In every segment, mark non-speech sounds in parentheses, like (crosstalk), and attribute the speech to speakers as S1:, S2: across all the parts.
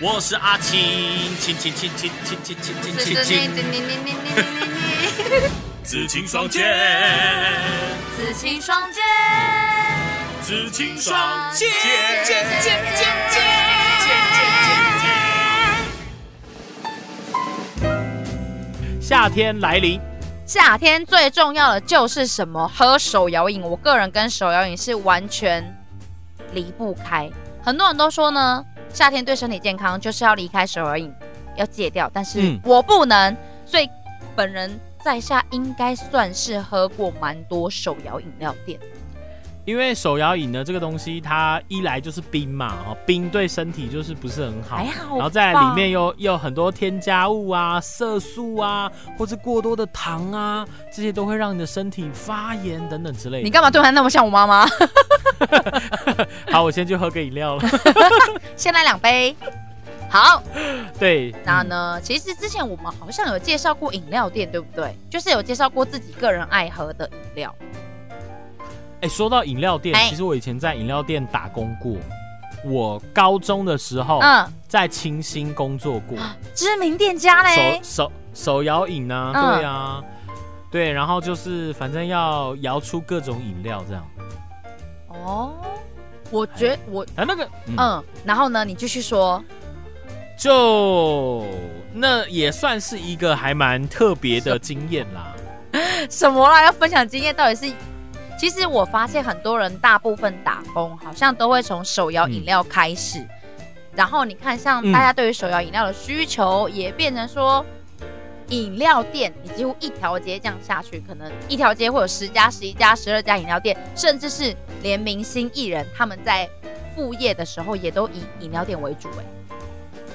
S1: 我是阿青，青青青青青青青青青青，紫青双剑，
S2: 紫青双剑，
S1: 紫青
S2: 双
S1: 剑
S2: 剑
S1: 剑剑剑剑剑剑剑。夏天来临，
S2: 夏天最重要的就是什么？喝手摇饮。我个人跟手摇饮是完全离不开。很多人都说呢，夏天对身体健康就是要离开手摇饮，要戒掉。但是
S1: 嗯
S2: 我不能，所以本人在下应该算是喝过蛮多手摇饮料店。
S1: 因为手摇饮呢这个东西，它一来就是冰嘛，哦，冰对身体就是不是很好
S2: 还。哎好
S1: 然
S2: 吧，
S1: 后在里面又又有很多添加物啊、色素啊，或是过多的糖啊，这些都会让你的身体发炎等等之类
S2: 你
S1: 的。
S2: 干嘛对他那么像我妈妈？
S1: 好，我先去喝个饮料了。
S2: 先来两杯。好，
S1: 对，
S2: 那
S1: 嗯
S2: 呢，其实之前我们好像有介绍过饮料店，对不对？就是有介绍过自己个人爱喝的饮料。
S1: 哎、说到饮料店，
S2: 哎
S1: 其实我以前在饮料店打工过。我高中的时候
S2: 嗯，啊
S1: 在清新工作过，
S2: 知名店家
S1: 手
S2: 嘞，
S1: 手手摇饮啊，
S2: 哎嗯
S1: 对啊，对，然后就是反正要摇出各种饮料这样。
S2: 哦，我觉我
S1: 啊，那个，嗯，
S2: 嗯，然后呢，你继续说，
S1: 就那也算是一个还蛮特别的经验啦。
S2: 什么啦？要分享经验到底是？其实我发现很多人大部分打工好像都会从手摇饮料开始，然后你看，像
S1: 嗯
S2: 大家对于手摇饮料的需求也变成说，饮料店你几乎一条街这样下去，可能一条街会有十家、十一家、十二家饮料店，甚至是连明星艺人他们在副业的时候也都以饮料店为主、欸，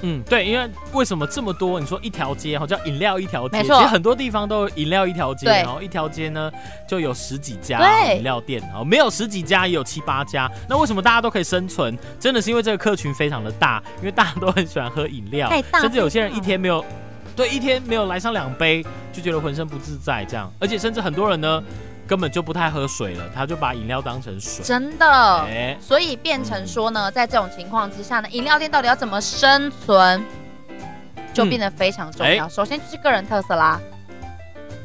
S1: 嗯，对，因为为什么这么多？你说一条街哈，叫饮料一条街，
S2: 没错
S1: 其实很多地方都有饮料一条街，
S2: 对
S1: 然后一条街呢就有十几家
S2: 对
S1: 饮料店，然后没有十几家也有七八家。那为什么大家都可以生存？真的是因为这个客群非常的大，因为大家都很喜欢喝饮料
S2: 太，大
S1: 啊甚至有些人
S2: 太大
S1: 一天没有。对，一天没有来上两杯，就觉得浑身不自在这样，而且甚至很多人呢，根本就不太喝水了，他就把饮料当成水。
S2: 真的。
S1: 哎
S2: 所以变成说呢，在这种情况之下呢，饮料店到底要怎么生存，就变得非常重要。首先就是个人特色啦，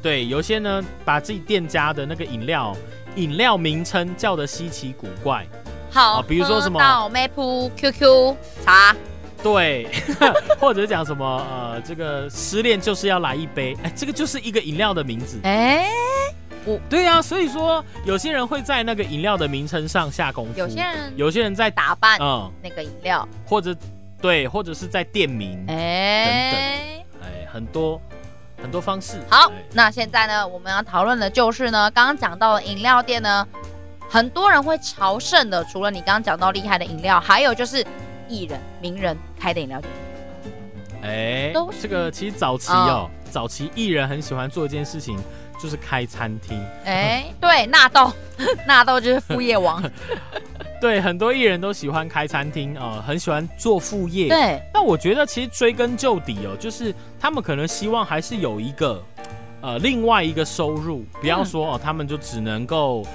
S1: 对，有些呢把自己店家的那个饮料饮料名称叫的稀奇古怪，
S2: 好，
S1: 哦比如说什么
S2: 到梅铺 QQ 茶，
S1: 对， (laughs) 或者讲什么呃，这个失恋就是要来一杯，哎，这个就是一个饮料的名字。
S2: 哎、
S1: 对啊，所以说有些人会在那个饮料的名称上下功夫，
S2: 有些人
S1: 有些人在
S2: 打扮
S1: 嗯，
S2: 那个饮料，
S1: 或者对，或者是在店名，
S2: 嗯
S1: 哎，
S2: 哎、
S1: 很多很多方式。
S2: 好
S1: 哎，
S2: 那现在呢，我们要讨论的就是呢，刚刚讲到的饮料店呢，很多人会朝圣的，除了你刚刚讲到厉害的饮料，还有就是艺人、名人开的饮料店。
S1: 哎
S2: 都，是
S1: 这个其实早期哦，早期艺人很喜欢做一件事情，就是开餐厅。
S2: 哎、对，纳豆， (laughs) 纳豆就是副业王。
S1: 对，很多艺人都喜欢开餐厅，呃，很喜欢做副业。
S2: (laughs) 对，
S1: 那我觉得其实追根究底哦，就是他们可能希望还是有一个，呃，另外一个收入，不要说哦、他们就只能够。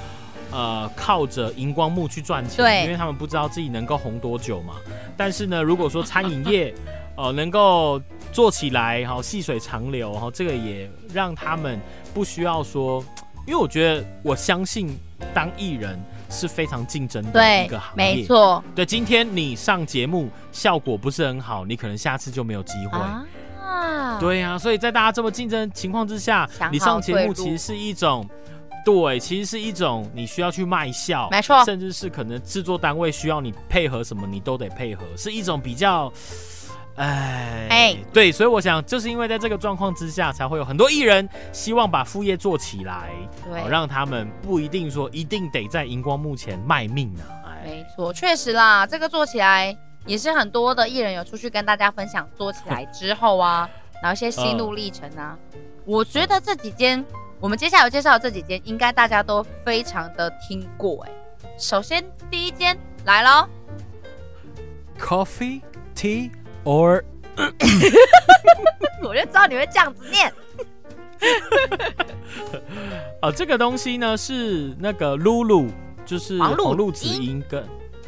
S1: 呃，靠着荧光幕去赚钱，
S2: 对
S1: 因为他们不知道自己能够红多久嘛。但是呢，如果说餐饮
S2: (laughs)
S1: 业，呃，能够做起来，好、细水长流，哈、这个也让他们不需要说，因为我觉得我相信当艺人是非常竞争的一
S2: 对
S1: 个行业，
S2: 没错
S1: 对，今天你上节目效果不是很好，你可能下次就没有机会。
S2: 啊，
S1: 对呀、所以在大家这么竞争的情况之下
S2: 想，好
S1: 你上节
S2: 退
S1: 目
S2: 路
S1: 其实是一种，对，其实是一种你需要去卖笑，
S2: 没错
S1: 甚至是可能制作单位需要你配合什么，你都得配合，是一种比较。哎，
S2: 哎
S1: 对，所以我想，就是因为在这个状况之下，才会有很多艺人希望把副业做起来，
S2: 对
S1: 哦让他们不一定说一定得在荧光幕前卖命啊。哎，
S2: 没错，确实啦，这个做起来也是很多的艺人有出去跟大家分享做起来之后 (laughs) 啊，然后一些心路历程啊。我觉得这几间我们接下来介绍的这几间，应该大家都非常的听过哎、首先第一间来喽，
S1: coffee, tea, or
S2: (laughs) 我就知道你会这样子念，
S1: 呃，这个东西呢是那个露露，就是
S2: 黄露
S1: 露子英跟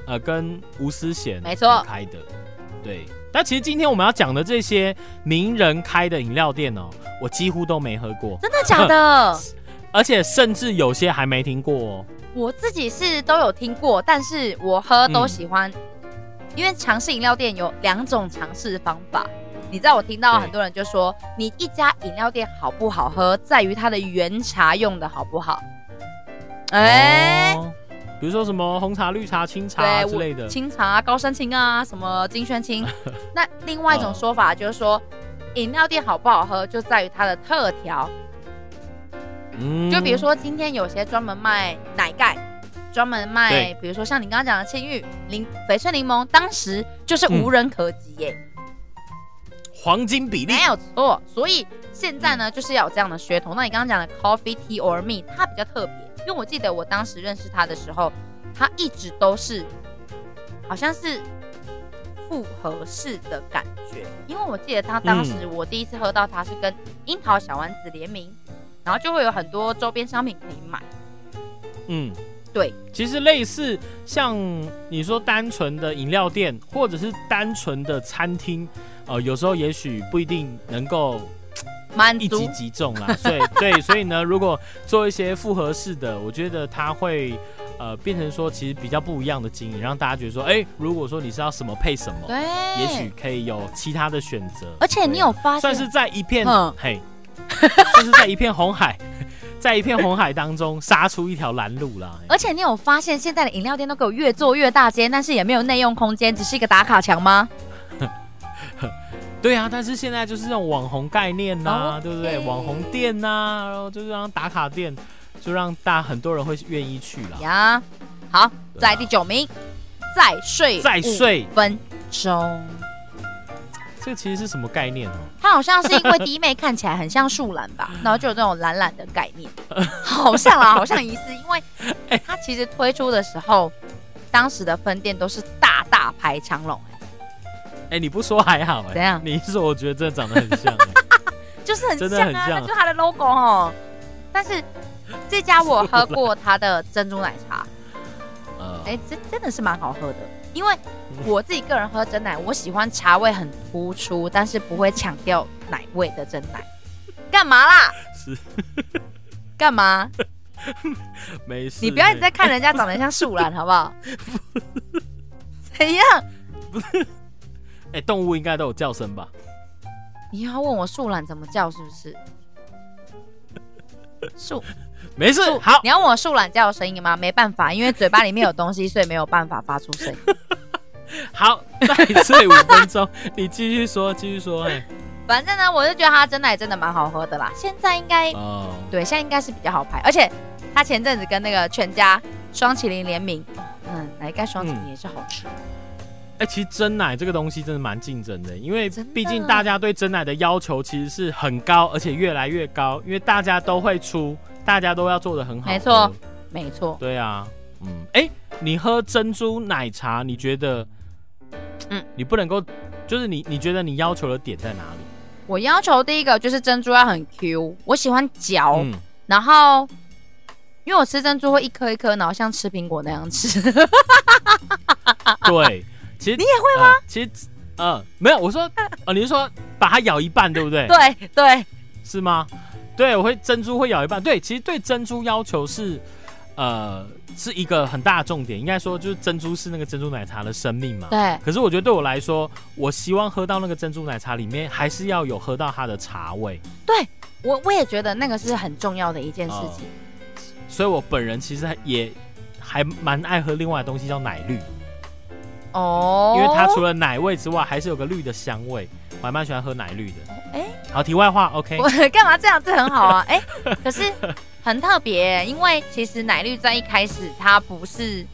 S1: 呃跟吴思贤
S2: 没错
S1: 开的。对，但其实今天我们要讲的这些名人开的饮料店哦，我几乎都没喝
S2: (laughs)
S1: 过，
S2: 真的假的？
S1: 而且甚至有些还没听过哦。
S2: 我自己是都有听过，但是我喝都喜欢，因为尝试饮料店有两种尝试方法。你知道我听到
S1: 对
S2: 很多人就说，你一家饮料店好不好喝，在于它的原茶用的好不好。哎、
S1: 哦，比如说什么红茶、绿茶、清茶
S2: 对，
S1: 之
S2: 我
S1: 类的。
S2: 清茶啊、高山青啊、什么金萱青。那另外一种说法就是说，饮料店好不好喝，就在于它的特调。
S1: 嗯
S2: 就比如，说今天有些专门卖奶盖，专门卖，
S1: 对
S2: 比如说像你刚刚讲的青玉柠翡翠柠檬，当时就是
S1: 嗯
S2: 无人可及耶，
S1: 黄金比例
S2: 没有错。所以现在呢，就是要有这样的噱头。那你刚刚讲的 Coffee Tea or Me，它比较特别，因为我记得我当时认识它的时候，它一直都是好像是复合式的感觉，因为我记得它当时
S1: 嗯
S2: 我第一次喝到它是跟樱桃小丸子联名，然后就会有很多周边商品可以买。
S1: 嗯，
S2: 对，
S1: 其实类似像你说单纯的饮料店，或者是单纯的餐厅，呃，有时候也许不一定能够
S2: 满
S1: 一
S2: 足
S1: 击即中啦。所以对，所以呢，如果做一些复合式的，我觉得它会呃变成说其实比较不一样的经营，让大家觉得说，哎、如果说你是要什么配什么，
S2: 对，
S1: 也许可以有其他的选择。
S2: 而且你有发现，
S1: 算是在一片
S2: 嗯
S1: 嘿， (laughs) 算是在一片红海，在一片红海当中杀出一条拦路
S2: (laughs)
S1: 啦。
S2: 而且你有发现现在的饮料店都给我越做越大间，但是也没有内用空间，只是一个打卡墙吗？
S1: 对啊，但是现在就是这种网红概念呐、
S2: OK
S1: 对不对？网红店呐、然后就是让打卡店，就让大很多人会愿意去啦。
S2: 呀，好，
S1: 对啊
S2: 在第九名，再睡
S1: 再睡，
S2: 五分钟。
S1: 这个其实是什么概念哦？
S2: 它好像是因为弟妹看起来很像树懒
S1: (laughs)
S2: 吧，然后就有这种懒懒的概念，好像啦，好像疑似，因
S1: (laughs)
S2: 为它其实推出的时候，当时的分店都是大大排长龙、
S1: 哎，你不说还好
S2: 怎
S1: 哎、
S2: 样？
S1: 你一说我觉得真的长得很
S2: (laughs)
S1: 像、哎
S2: 就是很
S1: 真的
S2: 像
S1: 很
S2: 啊，
S1: 像
S2: 那就它的 logo 哦。但是这家我喝过它的珍珠奶
S1: (laughs)
S2: 茶，
S1: 呃，
S2: 哎、这真的是蛮好喝的。因为我自己个人喝真奶，我喜欢茶味很突出，但是不会强调奶味的真奶。干嘛啦？
S1: 是
S2: 干嘛？
S1: 没事。
S2: 你不要一直在看人家长得像树懒，好不好？怎样？
S1: 哎，动物应该都有叫声吧？
S2: 你要问我树懒怎么叫是不是？树
S1: 没事
S2: 树，
S1: 好
S2: 你，要问我树懒叫的声音吗？没办法，因为嘴巴里面有东西，所以没有办法发出声音。
S1: 好，再睡五分钟，你继续说，继续说，
S2: (laughs)
S1: 哎，
S2: 反正呢，我就觉得它真奶真的蛮好喝的啦。现在应该、
S1: 哦，
S2: 对，现在应该是比较好排，而且它前阵子跟那个全家双麒麟联名，嗯，哪一家双麒麟也是好吃。
S1: 哎、其实真奶这个东西真的蛮竞争的，因为
S2: 真的
S1: 毕竟大家对真奶的要求其实是很高，而且越来越高，因为大家都会出，大家都要做的很好。嗯
S2: 没错，没错，
S1: 对啊，嗯，哎、你喝珍珠奶茶，你觉得，
S2: 嗯，
S1: 你不能够，就是你你觉得你要求的点在哪里？
S2: 我要求第一个就是珍珠要很 Q，我喜欢嚼，
S1: 嗯，
S2: 然后因为我吃珍珠会一颗一颗，然后像吃苹果那样
S1: (laughs)
S2: 吃。
S1: 对，其实你也会吗？其实，呃，没有，我说，呃，你是说把它咬一半，对不对？
S2: 对对，
S1: 是吗？对，我会珍珠会咬一半。对，其实对珍珠要求是，呃，是一个很大的重点。应该说，就是珍珠是那个珍珠奶茶的生命嘛。
S2: 对，
S1: 可是我觉得对我来说，我希望喝到那个珍珠奶茶里面，还是要有喝到它的茶味。
S2: 我我也觉得那个是很重要的一件事情。
S1: 所以我本人其实还也还蛮爱喝另外的东西，叫奶绿，
S2: 哦，
S1: 因为它除了奶味之外，还是有个绿的香味。我还蛮喜欢喝奶绿的。
S2: 哎
S1: 好，题外话，OK，
S2: (laughs) 我干嘛这样？这很好啊。哎、可是很特别，因为其实奶绿在一开始它不是，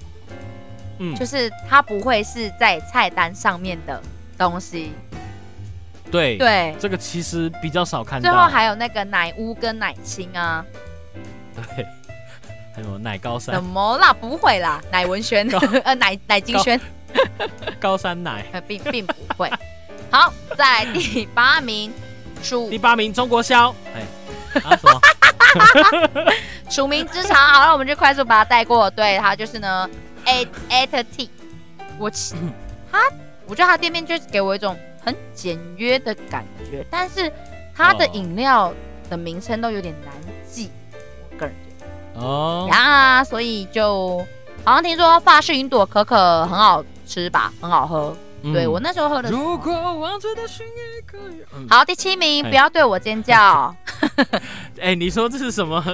S1: 嗯
S2: 就是它不会是在菜单上面的东西。
S1: 对，
S2: 对，
S1: 这个其实比较少看
S2: 最
S1: 到。
S2: 后还有那个奶屋跟奶青啊，
S1: 对，还有奶高山
S2: 什。么啦？不
S1: (laughs)
S2: 会啦，奶文轩 (laughs) 呃奶奶金轩
S1: 高山奶。
S2: 呃并并不会。好，在第八
S1: (laughs)
S2: 名。署
S1: 第八名中国销，哎，啊什
S2: (laughs)
S1: 么？
S2: 署名之长，好了，我们就快速把它带过。对，它就是呢，at at t，我其它我觉得它店面就是给我一种很简约的感觉，但是它的
S1: 哦
S2: 饮料的名称都有点难记，我个人觉得。
S1: 哦，
S2: 呀，所以就好像听说法式云朵可可很好吃吧，很好喝。对
S1: 嗯
S2: 我那时候喝的时
S1: 如
S2: 候。
S1: 果王子的心一个人，嗯
S2: 好，第七名，
S1: 哎
S2: 不要对我尖叫。
S1: 哎、你说这是什么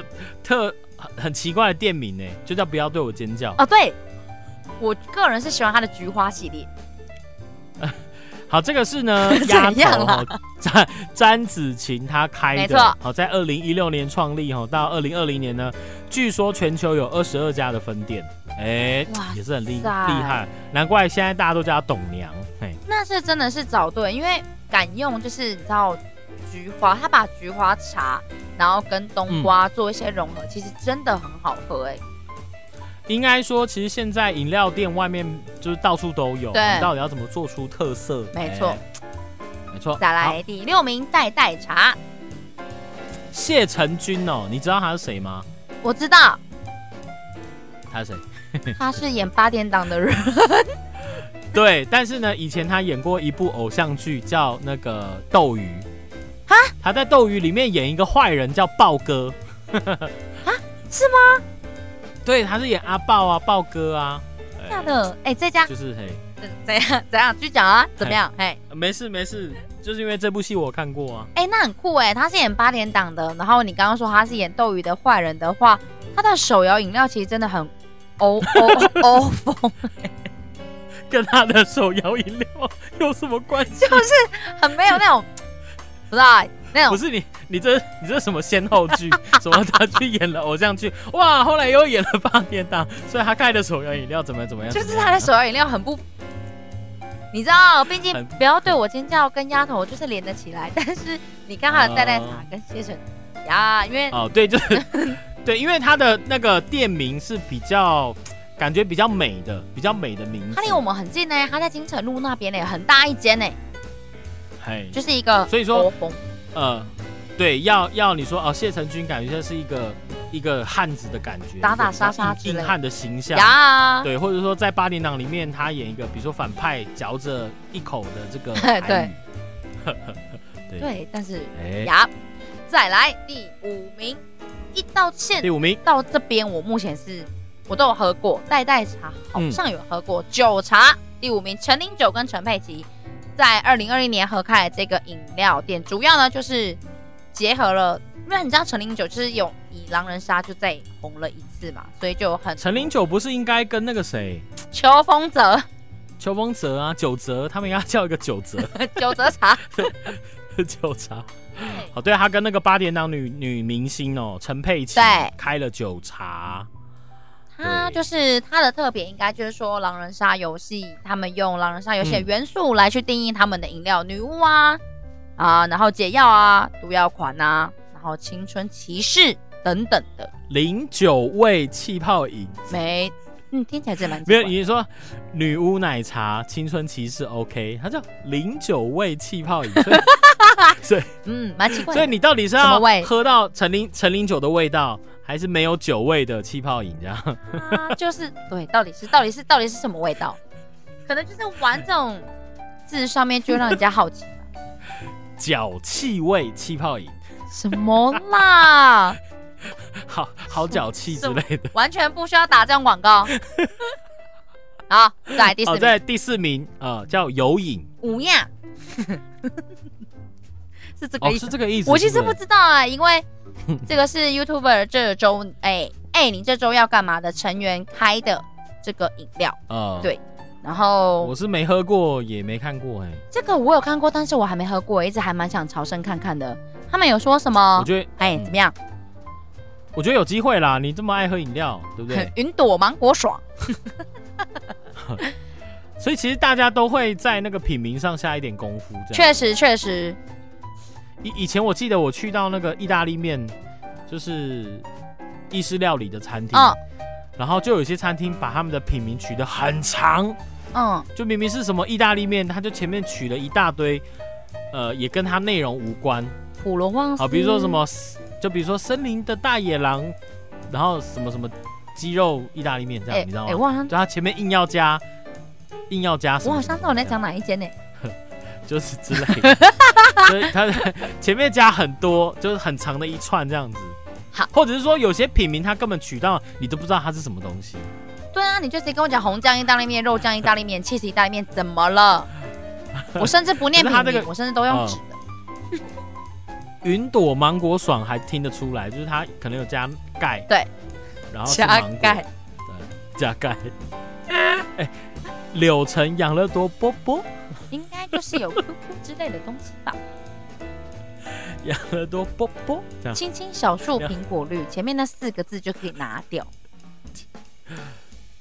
S1: 特很很奇怪的店名呢？就叫不要对我尖叫。
S2: 哦，对，我个人是喜欢它的菊花系列。
S1: 好，这个是呢
S2: (laughs) 怎
S1: 丫头
S2: 样啦
S1: 哈詹詹子晴她开
S2: 没
S1: 的
S2: 错，
S1: 好在二零一六年创立哈，到二零二零年呢，据说全球有二十二家的分店，哎、
S2: 哇
S1: 也是很厉厉
S2: 塞
S1: 害，难怪现在大家都叫她董娘，嘿，
S2: 那是真的是找对，因为敢用就是你知道菊花，他把菊花茶，然后跟冬瓜做一些融合，其实真的很好喝哎、
S1: 应该说其实现在饮料店外面就是到处都有，
S2: 对
S1: 你到底要怎么做出特色？
S2: 没错
S1: 哎没错，
S2: 再
S1: 好
S2: 来第六名代代茶，
S1: 谢成君哦，你知道他是谁吗？
S2: 我知道
S1: 他是谁？
S2: 他是演八点档的人，
S1: 对，但是呢，以前他演过一部偶像剧叫那个《斗鱼》
S2: 哈，
S1: 他在《斗鱼》里面演一个坏人叫豹哥 (laughs)
S2: 啊是
S1: 吗？对，他是演阿豹啊，豹哥啊，哎
S2: 真的哎、这家
S1: 就是嘿，
S2: 怎怎样怎样去讲啊？怎么样？哎
S1: 没事没事，就是因为这部戏我看过啊，
S2: 哎、那很酷哎、他是演八点档的，然后你刚刚说他是演斗鱼的坏人的话，他的手摇饮料其实真的很哦欧欧欧 (laughs) 风。
S1: 跟他的手摇饮料有什么关系？
S2: 很没有那种，不知道欸那
S1: 不
S2: 种
S1: 是你，你这你这什么先后
S2: (laughs)
S1: 剧？什么他去演了偶像剧，哇，后来又演了八点档，所以他开的手摇饮料怎么怎么样？
S2: 就是
S1: 怎么
S2: 他
S1: 样
S2: 的手摇饮料很不，你知道，毕竟
S1: 很
S2: 不要对我尖叫跟丫头就是连得起来， (laughs) 但是你看他的代代茶跟谢神呀，因为
S1: 哦，对，就是对，因为它的那个店名是比较感觉比较美的，比较美的名字。
S2: 他离我们很近呢，他在金城路那边呢，很大一间呢，
S1: 嘿，
S2: 就是一个
S1: 所以说
S2: 欧风
S1: 呃，对，要要你说哦，谢成君感觉像是一个一个汉子的感觉，
S2: 打打
S1: 一个
S2: 杀杀
S1: 硬
S2: 之类
S1: 硬汉的形象。(laughs)
S2: 呀，
S1: 对，或者说在八点档里面，他演一个，比如说反派嚼着一口的这个
S2: (laughs) 对
S1: 韩语， (laughs) 对
S2: 对，但是
S1: 哎，
S2: 呀，再来第五名，一道歉
S1: 第五名
S2: 到这边，我目前是我都有喝过代代茶，好像有喝过、酒茶第五名，陈林酒跟陈佩琪在二零二一年合开的这个饮料店，主要呢就是结合了，因为你知道陈林酒就是有以狼人杀就再红了一次嘛，所以就有很
S1: 陈零九不是应该跟那个谁
S2: 秋风泽 (laughs)
S1: 邱风泽啊、九泽，他们应该叫一个九泽 (laughs)
S2: 九泽茶，
S1: 九茶。哦，对，他跟那个八点档女女明星哦，陈佩琪
S2: 对
S1: 开了酒茶，
S2: 它
S1: 对
S2: 就是它的特别，应该就是说狼人杀游戏，他们用狼人杀游戏的
S1: 嗯
S2: 元素来去定义他们的饮料，女巫啊啊，然后解药啊、毒药款啊，然后青春骑士等等的，
S1: 零九味气泡饮，
S2: 没，嗯，听起来真的蛮
S1: 没
S2: 奇
S1: 有，
S2: 怪的
S1: 你说女巫奶茶、青春骑士 OK，它叫零九味气泡饮，所以所以 (laughs)
S2: 嗯，蛮奇怪
S1: 所以
S2: 的。
S1: 你到底是
S2: 什么
S1: 要
S2: 味
S1: 喝到陈零陈零酒的味道，还是没有酒味的气泡饮这样？ (laughs)
S2: 啊，就是对，到底是到底是到底是什么味道？可能就是玩这种字上面就会让人家好奇吧。
S1: 脚气味气泡饮，
S2: 什么啦？
S1: 好好脚气之
S2: (laughs)
S1: 类的。
S2: 完全不需要打这种广告。好，再来第四
S1: 哦，
S2: 名。
S1: 在第四名，呃，叫有饮，
S2: 五样， (laughs) 是这个
S1: 哦，
S2: 意
S1: 是
S2: 思。
S1: 这个意思。
S2: 我其实
S1: 是
S2: 不
S1: 不
S2: 知道啊、因为这个是 YouTuber 这周哎哎，你这周要干嘛的成员开的这个饮料，
S1: 是，呃
S2: 对然后
S1: 我是没喝过，也没看过、哎。
S2: 这个我有看过，但是我还没喝过，一直还蛮想朝圣看看的。他们有说什
S1: 我
S2: 么？
S1: 觉得，嗯
S2: 哎，怎么样？？
S1: 我觉得有机会啦。你这么爱喝饮料，对不对
S2: 云朵芒果爽，
S1: 所以其实大家都会在那个品名上下一点功夫。这样，
S2: 确实确实，
S1: 以以前我记得我去到那个意大利面，就是意式料理的餐厅，
S2: 嗯
S1: 然后就有一些餐厅把他们的品名取得很长，
S2: 嗯，
S1: 就明明是什么意大利面，他就前面取了一大堆，呃，也跟它内容无关。
S2: 普罗旺斯。
S1: 好，比如说什么，就比如说森林的大野狼，然后什么什么鸡肉意大利面这样，
S2: 哎？
S1: 你知道
S2: 哎
S1: 吗？
S2: 我好像
S1: 就他前面硬要加硬要加什
S2: 我
S1: 么
S2: 好像知道你在讲哪一间呢、
S1: (laughs) 就是之类的，所以它前面加很多，就是很长的一串这样子。
S2: 好，
S1: 或者是说有些品名它根本取到你都不知道它是什么东西。
S2: 对啊，你就直接跟我讲红酱意大利面、肉酱意大利面、气 h 意大利面，怎
S1: (laughs)
S2: 么了？我甚至不念
S1: 可是
S2: 品
S1: 它
S2: 名，
S1: 这个
S2: 我甚至都用
S1: 嗯
S2: 纸的。
S1: 云朵芒果爽还听得出来，就是它可能有加钙，
S2: 对，
S1: 然后是
S2: 加
S1: 芒果
S2: 盖，
S1: 加钙。 (laughs) 哎、柳橙养乐多波波，
S2: 应该就是有 QQ 之类的东西
S1: (laughs)
S2: 吧。
S1: 养乐多波波，这样
S2: 青青小树苹果绿，前面那四个字就可以拿掉。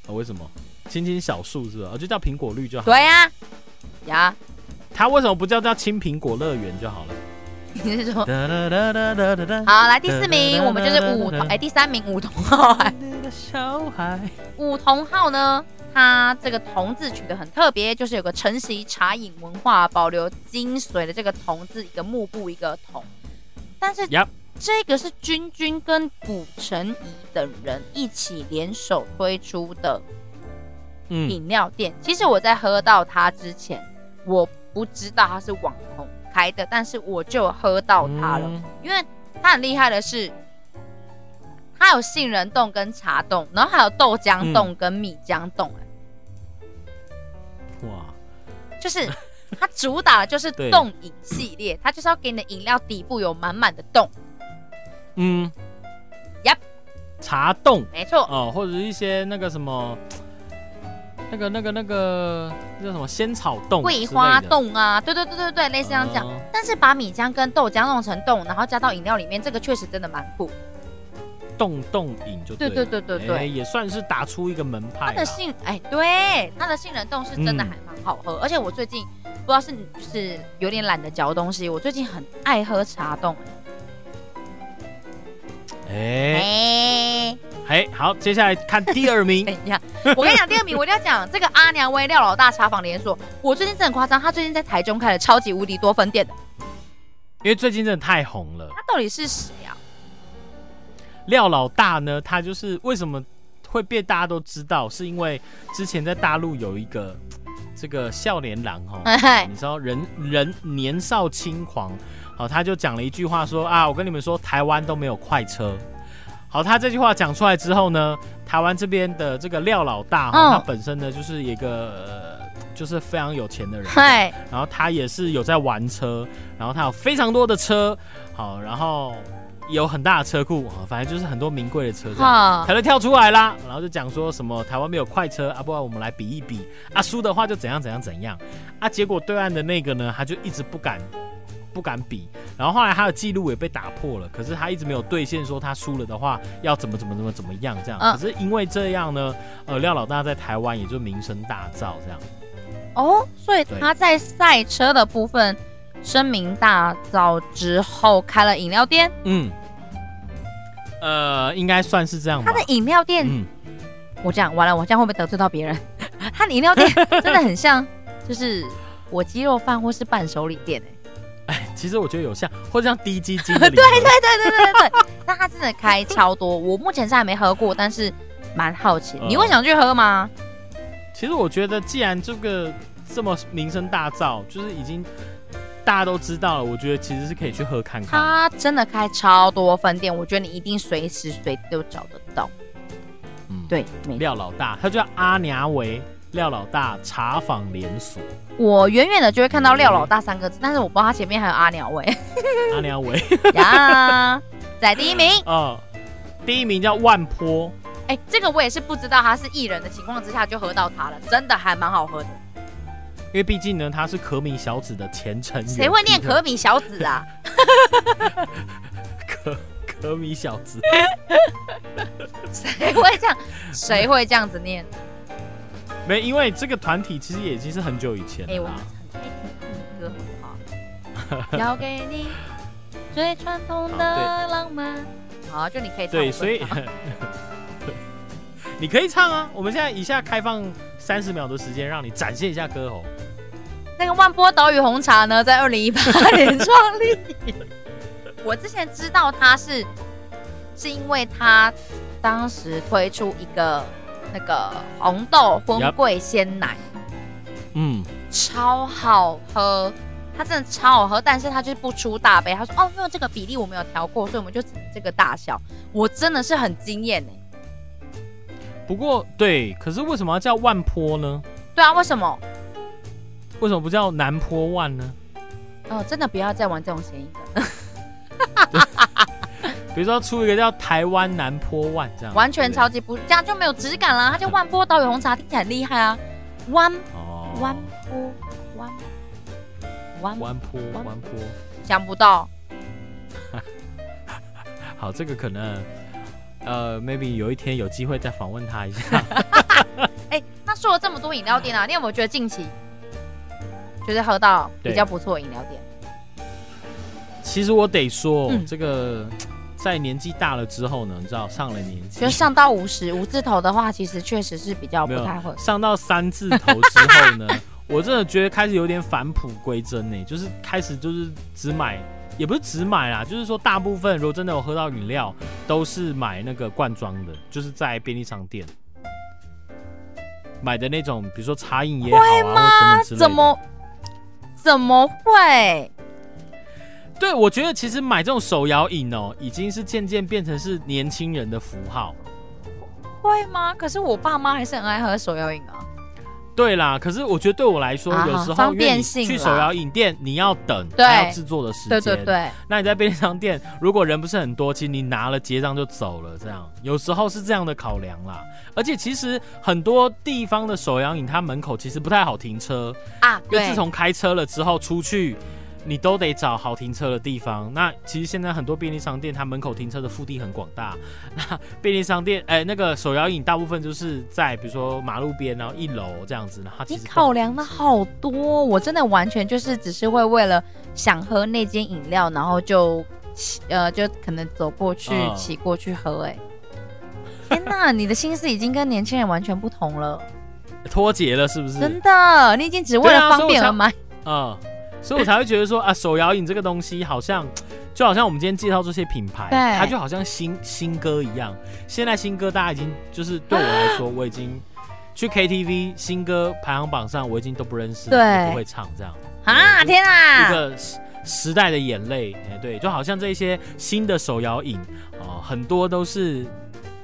S1: 哦、为什么？青青小树是吧？哦，就叫苹果绿就好。
S2: 对呀、呀，
S1: 它为什么不叫叫青苹果乐园就好了？
S2: 你是说？
S1: 哒哒哒哒哒哒哒。
S2: 好，来第四名，我们就是五同哎、第三名五同浩哎，
S1: 你的小孩。
S2: 五同浩呢，它这个同字取得很特别，就是有个承袭茶饮文化、保留精髓的这个同字，一个木部一个同，但是
S1: Yup
S2: 这个是君君跟古城怡等人一起联手推出的
S1: 嗯，
S2: 饮料店。其实我在喝到它之前，我不知道它是网红开的，但是我就有喝到它了。
S1: 嗯
S2: 因为它很厉害的是，它有杏仁冻跟茶冻，然后还有豆浆冻
S1: 嗯
S2: 跟米浆冻、哎
S1: 哇，
S2: 就是它主打的就是
S1: (laughs) 对
S2: 冻饮系列，它就是要给你的饮料底部有满满的冻，
S1: 嗯
S2: Yup
S1: 茶冻
S2: 没错，
S1: 哦，或者是一些那个什么，那个那个那个那叫什么仙草冻之类
S2: 桂
S1: 的、
S2: 花冻啊，对对对对对，类似这样讲。
S1: 哦
S2: 但是把米浆跟豆浆弄成冻，然后加到饮料里面，这个确实真的蛮
S1: 哎
S2: 酷。
S1: 冻冻饮就
S2: 对
S1: 对
S2: 对对对
S1: 了
S2: 对
S1: 哎也算是打出一个门派啦。
S2: 它的杏哎，对，它的杏仁冻是真的还蛮好
S1: 嗯
S2: 喝，而且我最近不知道是你是有点懒得嚼东西，我最近很爱喝茶冻。
S1: 哎
S2: 哎，
S1: 哎，好，接下来看第二名
S2: (laughs) 等，一下，我跟你讲，第二名我一定要讲这个阿娘威廖老大茶坊连锁，我最近真的很夸张，他最近在台中开了超级无敌多分店的，
S1: 因为最近真的太红了。
S2: 他到底是谁
S1: (laughs)
S2: 啊？
S1: 廖老大呢，他就是为什么会被大家都知道，是因为之前在大陆有一个这个笑脸郎哦，
S2: 哎，
S1: 你知道人人年少轻狂，好，他就讲了一句话说啊，我跟你们说，台湾都没有快车。好，他这句话讲出来之后呢，台湾这边的这个廖老大哈、
S2: 嗯
S1: 他本身呢就是一个、呃、就是非常有钱的人，
S2: 嗨，
S1: 然后他也是有在玩车，然后他有非常多的车，好，然后也有很大的车库，啊反正就是很多名贵的车这样。
S2: 哈
S1: 他，就跳出来啦，然后就讲说什么台湾没有快车啊，不然我们来比一比啊，输的话就怎样怎样怎样啊。结果对岸的那个呢，他就一直不敢不敢比，然后后来他的记录也被打破了，可是他一直没有兑现说他输了的话要怎么怎么怎么怎么样这样。
S2: 嗯
S1: 可是因为这样呢，呃，廖老大在台湾也就名声大噪这样。
S2: 哦，所以
S1: 对
S2: 他在赛车的部分声名大噪之后，开了饮料店，
S1: 嗯，呃，应该算是这样吧
S2: 他的。饮料店
S1: 嗯，
S2: 我这样完了，我这样会不会得罪到别人？ (laughs) 他的饮料店真的很像，就是我鸡肉饭或是伴手礼店哎、
S1: 哎，其实我觉得有像，或者像低基金
S2: (laughs)
S1: 的对对
S2: 对对对对对对，那他真的开超多，我目前是还没喝过，但是蛮好奇，
S1: 嗯
S2: 你会想去喝吗？
S1: 其实我觉得，既然这个这么名声大噪，就是已经大家都知道了，我觉得其实是可以去喝看看。
S2: 他真的开超多分店，我觉得你一定随时随地都找得到。
S1: 嗯，，
S2: 对，没错。
S1: 廖老大，他叫阿娘为廖老大茶坊连锁，
S2: 我远远的就会看到“廖老大”三个字，但是我不知道他前面还有阿鸟 (laughs) 味嗯
S1: 阿娘为
S2: 呀。在第一名，
S1: (laughs) 哦，第一名叫万坡，
S2: 哎、这个我也是不知道他是艺人的情况之下就喝到他了，真的还蛮好喝的。
S1: 因为毕竟呢，他是可米小子的前成员。
S2: 谁会
S1: (laughs)
S2: (laughs) 念可米小子啊？
S1: 可可米小子？
S2: 谁会这样？谁会这样子念？
S1: 没，因为这个团体其实也已经是很久以前
S2: 哎、
S1: 了
S2: 我们
S1: 啦。
S2: 很爱听他们的歌， (laughs) 好不好？要给你最传统的浪漫。好，就你可以唱。
S1: 对，所以 (laughs) 你可以唱啊。我们现在以下开放三十秒的时间，让你展现一下歌喉。
S2: 那个万波岛屿红茶呢，在二零一八年创 (laughs) 立。我之前知道它是，是因为它当时推出一个那个红豆荤
S1: Yup
S2: 桂鲜奶
S1: 嗯，
S2: 超好喝，它真的超好喝，但是它就是不出大杯。他说哦，因为这个比例我没有调过，所以我们就只能这个大小。我真的是很惊艳呢。欸
S1: 不过对，可是为什么要叫万坡呢？
S2: 对啊，为什么？
S1: 为什么不叫南坡万呢？
S2: 哦，真的不要再玩这种嫌疑了，
S1: 比如说出一个叫台湾南坡万这样，
S2: 完全
S1: 对不
S2: 超级不，这样就没有质感啦。它叫万波岛屿红茶，听起来很厉害啊。弯
S1: 对哦，
S2: 弯波弯弯
S1: 弯坡
S2: 弯
S1: 弯坡，
S2: 想不到，
S1: 好，这个可能呃，maybe 有一天有机会再访问他一下。 (laughs)
S2: 哎、那说了这么多饮料店啊，你有没有觉得近期就是喝到比较不错的饮料店？
S1: 其实我得说，
S2: 嗯
S1: 这个在年纪大了之后呢，你知道上了年纪
S2: 就，上到五十五字头的话，其实确实是比较不太会。
S1: 上到三字头之后呢， (laughs) 我真的觉得开始有点返璞归真呢、就是开始就是只买，也不是只买啦，就是说大部分如果真的有喝到饮料，都是买那个罐装的，就是在便利商店买的那种，比如说茶饮也好啊，或者等等之类的。
S2: 怎么怎么会？
S1: 对，我觉得其实买这种手摇饮哦，已经是渐渐变成是年轻人的符号。
S2: 会吗？可是我爸妈还是很爱喝手摇饮啊。
S1: 对啦，可是我觉得对我来说，
S2: 啊
S1: 有时候
S2: 方
S1: 因为
S2: 便
S1: 你
S2: 性啦
S1: 去手摇饮店，你要等，
S2: 对
S1: 还要制作的时
S2: 对
S1: 间。
S2: 对。对，
S1: 那你在便利商店，如果人不是很多，其实你拿了结账就走了，这样有时候是这样的考量啦。而且其实很多地方的手摇饮，它门口其实不太好停车，
S2: 啊，
S1: 因为自
S2: 对，
S1: 从开车了之后出去。你都得找好停车的地方。那其实现在很多便利商店，它门口停车的腹地很广大。那便利商店，哎、那个手摇饮大部分就是在比如说马路边，然后一楼这样子。然后它其
S2: 你
S1: 实都
S2: 考量的好多，我真的完全就是只是会为了想喝那间饮料，然后就骑呃就可能走过去、
S1: 嗯
S2: 骑过去喝、
S1: (laughs)
S2: 哎，天哪，你的心思已经跟年轻人完全不同了，
S1: 脱节了，是不是？
S2: 真的，你已经只为
S1: 嗯对
S2: 了
S1: 啊
S2: 方
S1: 所
S2: 便
S1: 以我才
S2: 而买。
S1: 嗯，所以我才会觉得说啊，手摇饮这个东西好像，就好像我们今天介绍这些品牌，
S2: 对
S1: 它就好像新新歌一样。现在新歌大家已经就是对我来说，我已经去 KTV 新歌排行榜上我已经都不认识，
S2: 对
S1: 也不会唱这样。
S2: 啊！
S1: 对
S2: 天
S1: 嗯一
S2: 啊！
S1: 个时时代的眼泪，哎，对，就好像这些新的手摇饮哦，很多都是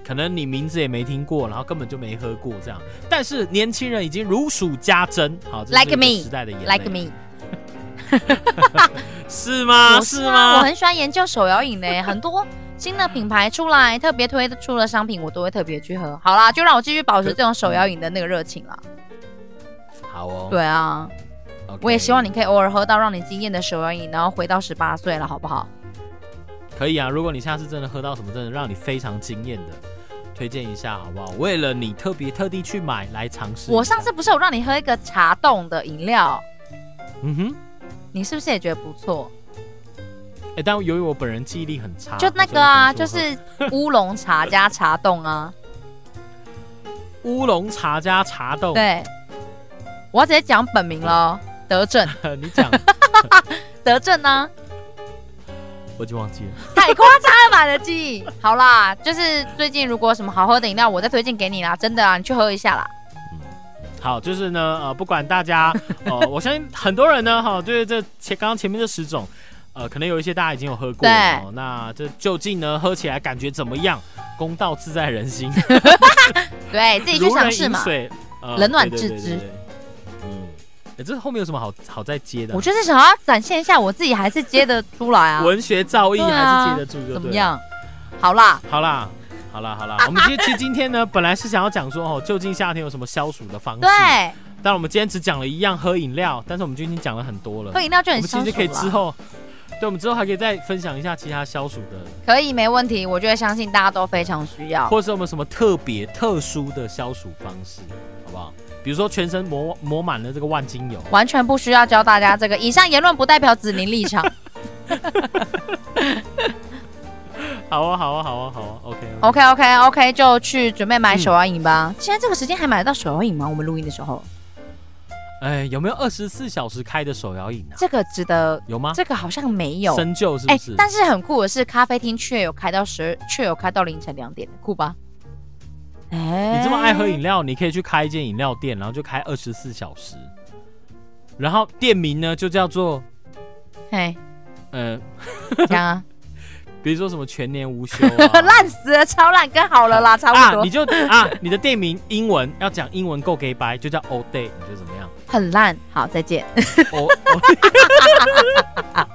S1: 可能你名字也没听过，然后根本就没喝过这样。但是年轻人已经如数家珍，好、这是
S2: Like
S1: 一个
S2: me
S1: 时代的眼泪
S2: Like me，
S1: 是吗？
S2: 我
S1: 是
S2: 啊，我
S1: 吗？
S2: 很喜欢研究手摇饮
S1: (laughs)
S2: 的耶，很多新的品牌出来，特别推出的商品，我都会特别去喝。好啦，就让我继续保持这种手摇饮的那个热情啦。
S1: 好哦，
S2: 对啊，
S1: OK
S2: 我也希望你可以偶尔喝到让你惊艳的手摇饮，然后回到十八岁了，好不好？
S1: 可以啊。如果你下次真的喝到什么真的让你非常惊艳的，推荐一下好不好？为了你特别特地去买来尝试一下。
S2: 我上次不是有让你喝一个茶冻的饮料，
S1: 嗯哼，
S2: 你是不是也觉得不错？
S1: 哎、但由于我本人记忆力很差，
S2: 就那个啊，
S1: 所
S2: 就
S1: 以我没有
S2: 是乌龙茶加茶冻啊。
S1: 做乌龙茶加茶冻。
S2: 对，我要直接讲本名了，德政，
S1: (laughs) 你讲，
S2: 德政呢、
S1: 我就忘记了。
S2: 太夸张了吧，你的记忆。好啦，就是最近如果有什么好喝的饮料，我再推荐给你啦，真的啊，你去喝一下啦。
S1: 好，就是呢，呃，不管大
S2: (laughs)
S1: 家，呃，我相信很多人呢，哈、对这前刚刚前面这十种，呃，可能有一些大家已经有喝过了
S2: 对
S1: 哦那这究竟呢，喝起来感觉怎么样？公道自在人心，
S2: 对自己去
S1: 如人
S2: 尝试
S1: 饮
S2: 嘛。
S1: 水，呃
S2: 冷暖
S1: 对
S2: 自
S1: 对对
S2: 知
S1: 对对嗯，诶这后面有什么好好再接的啊、
S2: 我就是想要展现一下我自己还是接得出来啊，
S1: 文学造诣
S2: 对啊
S1: 还是接得住就
S2: 怎么
S1: 对了。
S2: 样？好啦，
S1: 好啦，好啦，好啦，我们今天其实今天呢，本来是想要讲说哦，究竟夏天有什么消暑的方式？
S2: 对，
S1: 但我们今天只讲了一样喝饮料，但是我们就已经讲了很多了
S2: 喝。饮料就
S1: 我
S2: 很
S1: 们
S2: 消
S1: 其
S2: 暑
S1: 实可以之
S2: 啦。
S1: 后，对，我们之后还可以再分享一下其他消暑的，
S2: 可以，没问题，我就会相信大家都非常需要。
S1: 或者是我们什么特别特殊的消暑方式，好不好？比如说全身抹抹满了这个万金油，
S2: 完全不需要教大家这个。以上言论不代表子宁立
S1: (laughs)
S2: 场。
S1: 好啊，好啊，好啊，好啊，OK
S2: OK OK OK，就去准备
S1: 嗯
S2: 买手摇饮吧。现在这个时间还买得到手摇饮吗？我们录音的时候，
S1: 哎，有没有二十四小时开的手摇饮啊？
S2: 这个值得，
S1: 有吗？
S2: 这个好像没有。
S1: 深究是
S2: 哎
S1: 不是？
S2: 但是很酷的是，咖啡厅却有开到十，却有开到凌晨两点，酷吧？哎、
S1: 你这么爱喝饮料，你可以去开一间饮料店，然后就开二十四小时。然后店名呢就叫做
S2: 嘿，
S1: 呃，
S2: 哎
S1: (laughs)
S2: 讲啊，，
S1: 比如说什么全年无休、啊
S2: (laughs) 烂死了，超烂，跟好了啦，差不
S1: 啊，
S2: 多，
S1: 你就啊，你的店名英文要讲英文够 gay 白，就叫 all day，你觉得怎
S2: (laughs)
S1: 么样？
S2: 很烂。好，再见。
S1: 哦，哦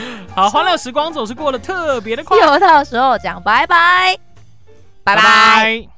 S1: (laughs) 好，欢 (laughs) 乐时光总是过得特别的快，
S2: 又到时候讲拜拜，拜拜。
S1: 拜